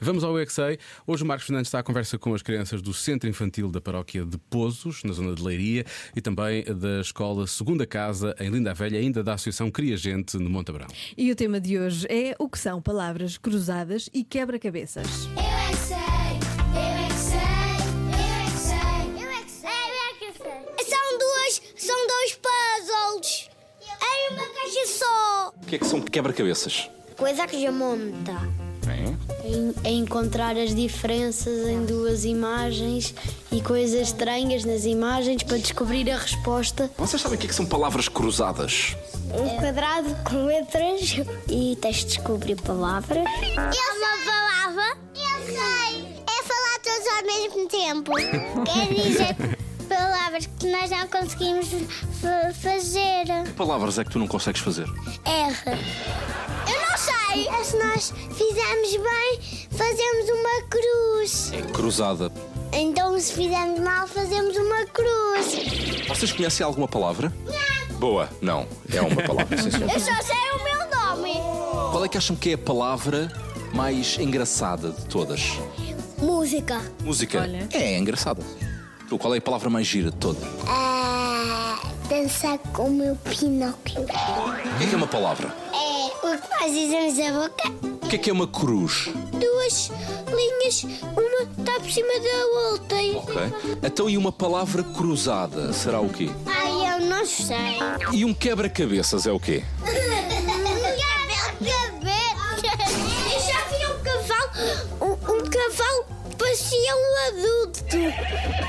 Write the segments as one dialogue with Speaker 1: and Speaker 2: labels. Speaker 1: Vamos ao UXA. Hoje o Marcos Fernandes está à conversa com as crianças do Centro Infantil da Paróquia de Pozos, na zona de Leiria, e também da Escola Segunda Casa, em Linda a Velha, ainda da Associação Cria Gente, no Monte Abrão.
Speaker 2: E o tema de hoje é o que são palavras cruzadas e quebra-cabeças.
Speaker 3: Eu é que sei, eu é que sei, eu é que sei, eu é que sei, eu é que sei. São duas, são dois puzzles em uma caixa só.
Speaker 4: O que é que são quebra-cabeças?
Speaker 3: Coisa que já monta.
Speaker 4: É.
Speaker 5: É encontrar as diferenças em duas imagens e coisas estranhas nas imagens para descobrir a resposta.
Speaker 4: Vocês sabem o que é que são palavras cruzadas?
Speaker 3: Um quadrado com letras e tens de descobrir palavras. É uma palavra? Eu sei. É falar todos ao mesmo tempo. Quer dizer palavras que nós não conseguimos fa- fazer.
Speaker 4: Que palavras é que tu não consegues fazer?
Speaker 3: R. Eu não sei. Se nós fizermos bem, fazemos uma cruz.
Speaker 4: É cruzada.
Speaker 3: Então, se fizermos mal, fazemos uma cruz.
Speaker 4: Vocês conhecem alguma palavra? Boa, não, é uma palavra, sim, senhor.
Speaker 3: Eu só sei o meu nome.
Speaker 4: Qual é que acham que é a palavra mais engraçada de todas?
Speaker 3: Música.
Speaker 4: Música.
Speaker 2: Olha.
Speaker 4: É, é engraçada. Tu, qual é a palavra mais gira de todas?
Speaker 3: dançar É, com o meu Pinóquio.
Speaker 4: O que é que é uma palavra?
Speaker 3: É o que nós dizemos a boca.
Speaker 4: O que é que é uma cruz?
Speaker 3: Duas linhas, uma está por cima da outra.
Speaker 4: Ok. Então, e uma palavra cruzada será o quê?
Speaker 3: Ai, eu não sei.
Speaker 4: E um quebra-cabeças é o quê?
Speaker 3: Eu já vi um cavalo, um, um cavalo parecia um adulto.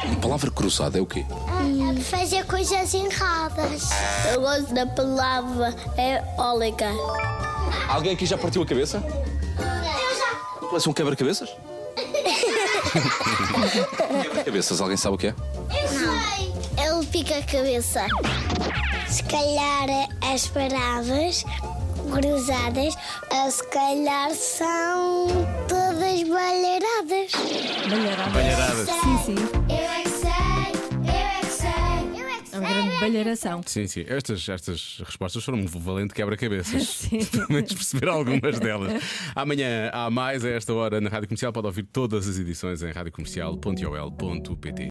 Speaker 4: Uma palavra cruzada é o quê?
Speaker 3: Fazer coisas erradas. Eu gosto da palavra é eólica.
Speaker 4: Alguém aqui já partiu a cabeça?
Speaker 3: Eu já.
Speaker 4: Parece um quebra-cabeças? quebra-cabeças, alguém sabe o que é?
Speaker 3: Eu sei. Ele pica a cabeça. Se calhar é as palavras cruzadas, eh, se calhar são todas balheiradas.
Speaker 1: Balharadas.
Speaker 2: Sim, sim,
Speaker 3: Eu é que sei, eu é que sei, eu é que
Speaker 2: é uma grande balharação.
Speaker 1: Sim, sim. Estas, estas respostas foram um valente quebra-cabeças.
Speaker 2: Sim.
Speaker 1: Pelo menos perceber algumas delas. Amanhã há mais a esta hora na Rádio Comercial. Pode ouvir todas as edições em radiocomercial.ol.pt.